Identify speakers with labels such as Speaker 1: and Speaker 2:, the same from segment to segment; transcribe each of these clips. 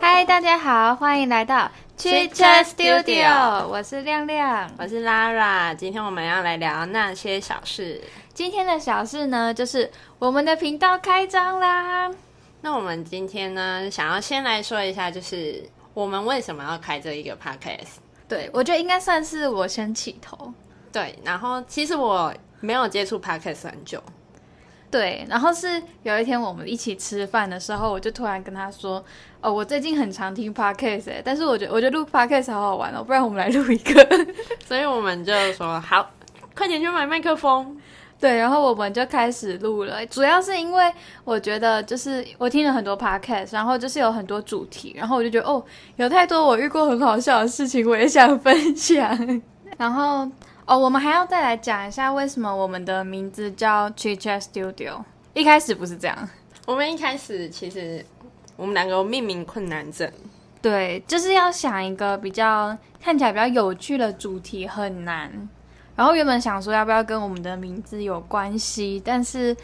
Speaker 1: 嗨，大家好，欢迎来到
Speaker 2: Chit
Speaker 1: Chat
Speaker 2: Chat Studio
Speaker 1: 我是亮亮。
Speaker 2: 我是 Lara，今天我们要来聊那些小事。
Speaker 1: 今天的小事呢，就是我们的频道开张啦。
Speaker 2: 那我们今天呢，想要先来说一下，就是我们为什么要开这一个 podcast。
Speaker 1: 对，我觉得应该算是我先起头。
Speaker 2: 对，然后其实我没有接触 podcast 很久，
Speaker 1: 对，然后是有一天我们一起吃饭的时候，我就突然跟他说：“哦，我最近很常听 podcast，、欸、但是我觉得我觉得录 podcast 好好玩哦，不然我们来录一个。
Speaker 2: 所以我们就说好，快点去买麦克风。”
Speaker 1: 对，然后我们就开始录了。主要是因为我觉得，就是我听了很多 podcast，然后就是有很多主题，然后我就觉得哦，有太多我遇过很好笑的事情，我也想分享。 然后哦，我们还要再来讲一下为什么我们的名字叫 Chit Chat Studio。一开始不是这样，
Speaker 2: 我们一开始其实我们两个有命名困难症，
Speaker 1: 对，就是要想一个比较看起来比较有趣的主题很难。然后原本想说要不要跟我们的名字有关系，但是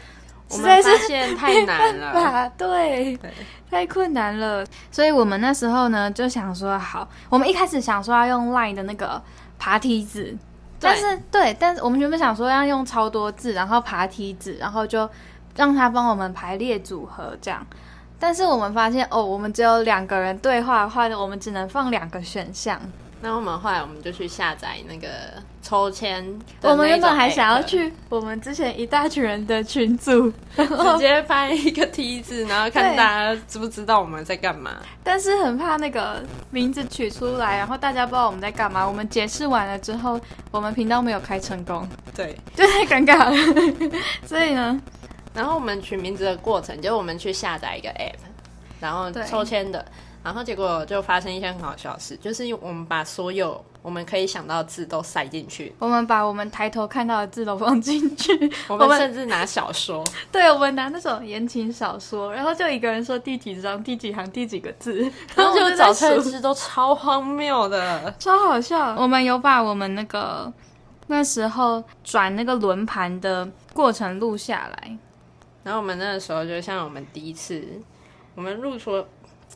Speaker 2: 我
Speaker 1: 实在
Speaker 2: 们
Speaker 1: 是
Speaker 2: 发现太难
Speaker 1: 没
Speaker 2: 了。
Speaker 1: 办法，对，
Speaker 2: 对
Speaker 1: 太困难了。所以我们那时候呢，就想说，好，我们一开始想说要用 LINE 的那个爬梯子，但是对，但是我们原本想说要用超多字，然后爬梯子，然后就让他帮我们排列组合这样。但是我们发现哦，我们只有两个人对话的话，我们只能放两个选项。
Speaker 2: 那我们后来我们就去下载那个抽签的那种哎 app，
Speaker 1: 我们原本还想要去我们之前一大群人的群 组，
Speaker 2: 直接拍一个梯子，然后看大家知不知道我们在干嘛。
Speaker 1: 但是很怕那个名字取出来，然后大家不知道我们在干嘛。我们解释完了之后，我们频道没有开成功，
Speaker 2: 对，
Speaker 1: 就太尴尬了。 所以呢，
Speaker 2: 然后我们取名字的过程，就我们去下载一个 app，然后
Speaker 1: 对
Speaker 2: 抽签的，然后结果就发生一件很好笑的事，就是我们把所有我们可以想到的字都塞进去，
Speaker 1: 我们把我们抬头看到的字都放进去。
Speaker 2: 我
Speaker 1: 我
Speaker 2: 们
Speaker 1: 们
Speaker 2: 甚至拿 小说，
Speaker 1: 对，我们拿那种言情小说，然后就一个人说第几章、第几行、第几个字，
Speaker 2: 然后
Speaker 1: 我
Speaker 2: 就
Speaker 1: 们
Speaker 2: 找
Speaker 1: 在
Speaker 2: 出来的
Speaker 1: 数，
Speaker 2: 字都超荒谬的。
Speaker 1: 超好笑。我们有把我们那个那时候转那个轮盘的过程录下来。
Speaker 2: 然后我们那个时候就像我们第一次，我们入出，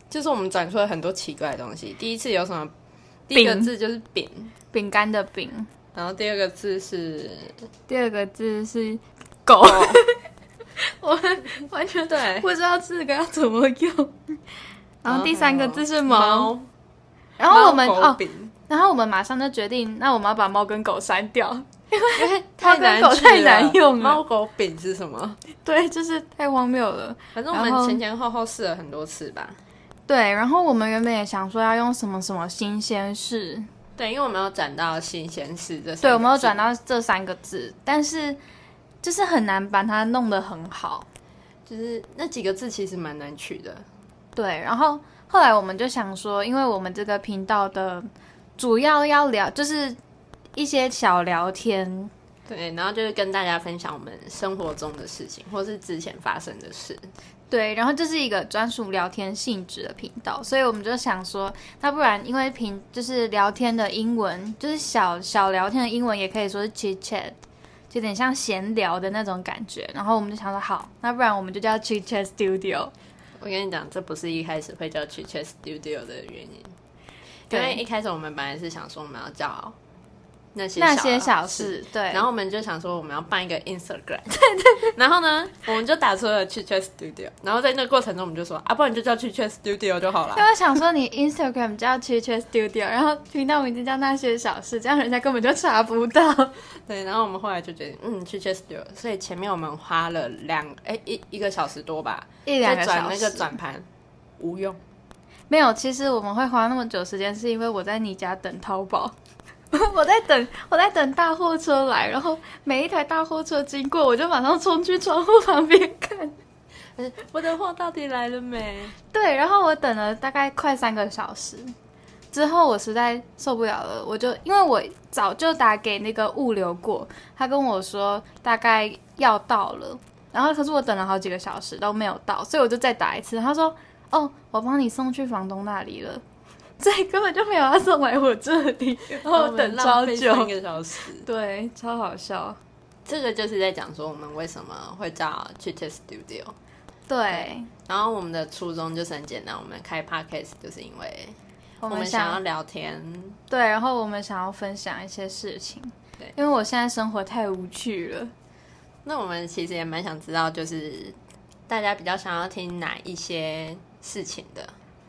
Speaker 2: 就是我们转出了很多奇怪的东西。第一次有什么？第一个
Speaker 1: 饼
Speaker 2: 字就是饼，
Speaker 1: 饼干的饼，
Speaker 2: 然后第二个字是
Speaker 1: 第二个字是狗， 我们完全
Speaker 2: 对，
Speaker 1: 不知道这个要怎么用。 然后第三个字是猫，，然后我们
Speaker 2: 猫狗
Speaker 1: 哦，
Speaker 2: 饼
Speaker 1: 然后我们马上就决定，那我们要把猫跟狗删掉。
Speaker 2: 因为太难
Speaker 1: 猫跟狗
Speaker 2: 记了
Speaker 1: 太难用了
Speaker 2: 猫狗饼是什么？
Speaker 1: 对，就是太荒谬了。
Speaker 2: 反正我
Speaker 1: 然后
Speaker 2: 们前前后后试了很多次吧。
Speaker 1: 对，然后我们原本也想说要用什么什么新鲜事，
Speaker 2: 对，因为我们有转到新鲜事这，
Speaker 1: 对，我们有转，到这三个字，但是就是很难把它弄得很好。
Speaker 2: 就是那几个字其实蛮难取的。
Speaker 1: 对，然后后来我们就想说，因为我们这个频道的主要要聊就是一些小聊天，
Speaker 2: 对，然后就是跟大家分享我们生活中的事情，或是之前发生的事。
Speaker 1: 对，然后这是一个专属聊天性质的频道，所以我们就想说，那不然因为频就是聊天的英文，就是小小聊天的英文也可以说是 chit chat，就有点像闲聊的那种感觉。然后我们就想说，好，那不然我们就叫 chit chat studio。
Speaker 2: 我跟你讲，这不是一开始会叫 Chit Chat Studio 的原因，因
Speaker 1: 对
Speaker 2: 为一开始我们本来是想说我们要叫那些
Speaker 1: 那些
Speaker 2: 小
Speaker 1: 小事，对，
Speaker 2: 然后我们就想说我们要办一个 Instagram，然后呢，我们就打出了 Chit Chat Studio，然后在那个过程中我们就说啊，不然你就叫 Chit Chat Studio 就好了
Speaker 1: 因。为想说你 Instagram 叫 Chit Chat Studio，然后频道名字叫那些小事，这样人家根本就查不到。
Speaker 2: 对，然后我们后来就决定，嗯，Chit Chat Studio，所以前面我们花了两哎一一个小时多吧，
Speaker 1: 一两
Speaker 2: 在
Speaker 1: 个小
Speaker 2: 转
Speaker 1: 时
Speaker 2: 那个转盘无用。
Speaker 1: 没有，其实我们会花那么久时间，是因为我在你家等淘宝， 我在等我在等大货车来，然后每一台大货车经过，我就马上冲去窗户旁边看。
Speaker 2: 嗯我的货到底来 了没？
Speaker 1: 对，然后我等了大概快三个小时，之后我实在受不了了，我就因为我早就打给那个物流过，他跟我说大概要到了，然后可是我等了好几个小时都没有到，所以我就再打一次，他说哦，我帮你送去房东那里了， 所以根本就没有要送来我这里，然后我等 超
Speaker 2: 一
Speaker 1: 久，
Speaker 2: 个小时。
Speaker 1: 对，超好笑，
Speaker 2: 这个就是在讲说我们为什么会叫 Chit Chat Studio，
Speaker 1: 对，
Speaker 2: 然后我们的初衷就是很简单，我们开 podcast 就是因为
Speaker 1: 我
Speaker 2: 我们
Speaker 1: 们
Speaker 2: 想要
Speaker 1: 想
Speaker 2: 聊天，
Speaker 1: 对，然后我们想要分享一些事情，
Speaker 2: 对
Speaker 1: 因为我现在生活太无趣了。
Speaker 2: 那我们其实也蛮想知道，就是大家比较想要听哪一些事情的。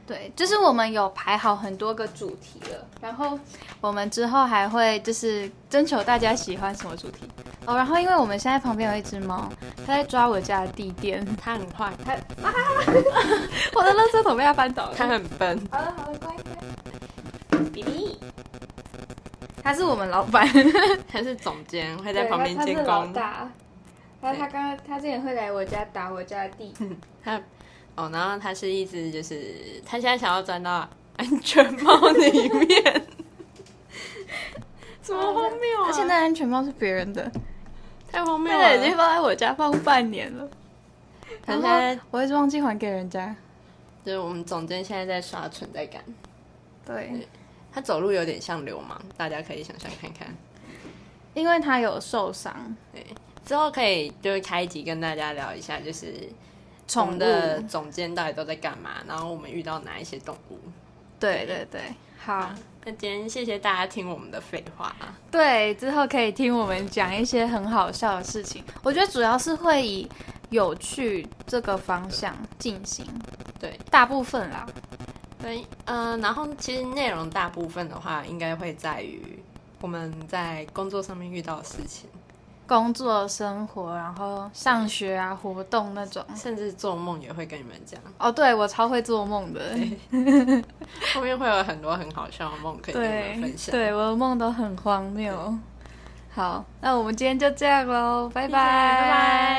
Speaker 1: 对，就是我们有排好很多个主题了，然后我们之后还会就是征求大家喜欢什么主题哦。然后因为我们现在旁边有一只猫，它在抓我家的地垫，
Speaker 2: 他很快，他
Speaker 1: 我的垃圾桶被它翻倒了。
Speaker 2: 他很笨。
Speaker 1: 好了好了，乖乖，
Speaker 2: 比利
Speaker 1: 它是我们老板，
Speaker 2: 他是总监，会
Speaker 1: 对
Speaker 2: 在旁边
Speaker 1: 它它是
Speaker 2: 监
Speaker 1: 老
Speaker 2: 工。
Speaker 1: 大。他
Speaker 2: 对
Speaker 1: 他刚刚他之前会来我家打我家的地，
Speaker 2: 他哦，然后他是一直就是他现在想要钻到安全帽里 面，怎么荒谬啊！
Speaker 1: 而且那安全帽是别人的，
Speaker 2: 太荒谬
Speaker 1: 那个已经
Speaker 2: 了。
Speaker 1: 放在我家放半年了，
Speaker 2: 他
Speaker 1: 然
Speaker 2: 现
Speaker 1: 后
Speaker 2: 在
Speaker 1: 我一直忘记还给人家。
Speaker 2: 就是我们总监现在在刷存在感，
Speaker 1: 对，
Speaker 2: 他走路有点像流氓，大家可以想象看看。
Speaker 1: 因为他有受伤，
Speaker 2: 之后可以就是开一集跟大家聊一下，就是我
Speaker 1: 宠
Speaker 2: 们
Speaker 1: 物
Speaker 2: 的总监到底都在干嘛，然后我们遇到哪一些动物。
Speaker 1: 对对对，好，
Speaker 2: 那今天谢谢大家听我们的废话，
Speaker 1: 对，之后可以听我们讲一些很好笑的事情。我觉得主要是会以有趣这个方向进行，
Speaker 2: 对，
Speaker 1: 大部分啦，
Speaker 2: 对，嗯、然后其实内容大部分的话，应该会在于我们在工作上面遇到的事情，
Speaker 1: 工作、生活，然后上学啊、活动那种。
Speaker 2: 甚至做梦也会跟你们讲，
Speaker 1: 哦，对我超会做梦 的，
Speaker 2: 后面会有很多很好笑的梦可以跟你
Speaker 1: 对
Speaker 2: 们分享。
Speaker 1: 对，我的梦都很荒谬。好，那我们今天就这样喽，拜
Speaker 2: 拜拜。